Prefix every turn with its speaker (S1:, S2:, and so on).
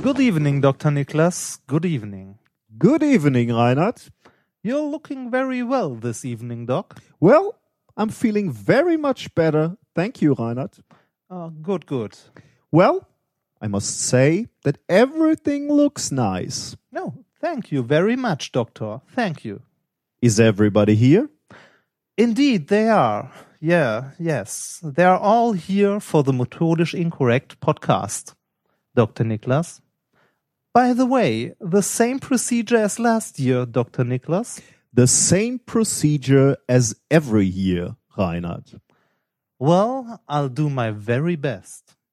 S1: Good evening, Dr. Niklas. Good evening.
S2: Good evening, Reinhard.
S1: You're looking very well this evening, Doc.
S2: Well, I'm feeling very much better. Thank you, Reinhard.
S1: Uh, good, good.
S2: Well, I must say that everything looks nice.
S1: No, thank you very much, Doctor. Thank you.
S2: Is everybody here?
S1: Indeed, they are. Yeah, yes. They are all here for the Methodisch Incorrect podcast, Dr. Niklas. By the way, the same procedure as last year, Dr. Niklas.
S2: The same procedure as every year, Reinhard.
S1: Well, I'll do my very best.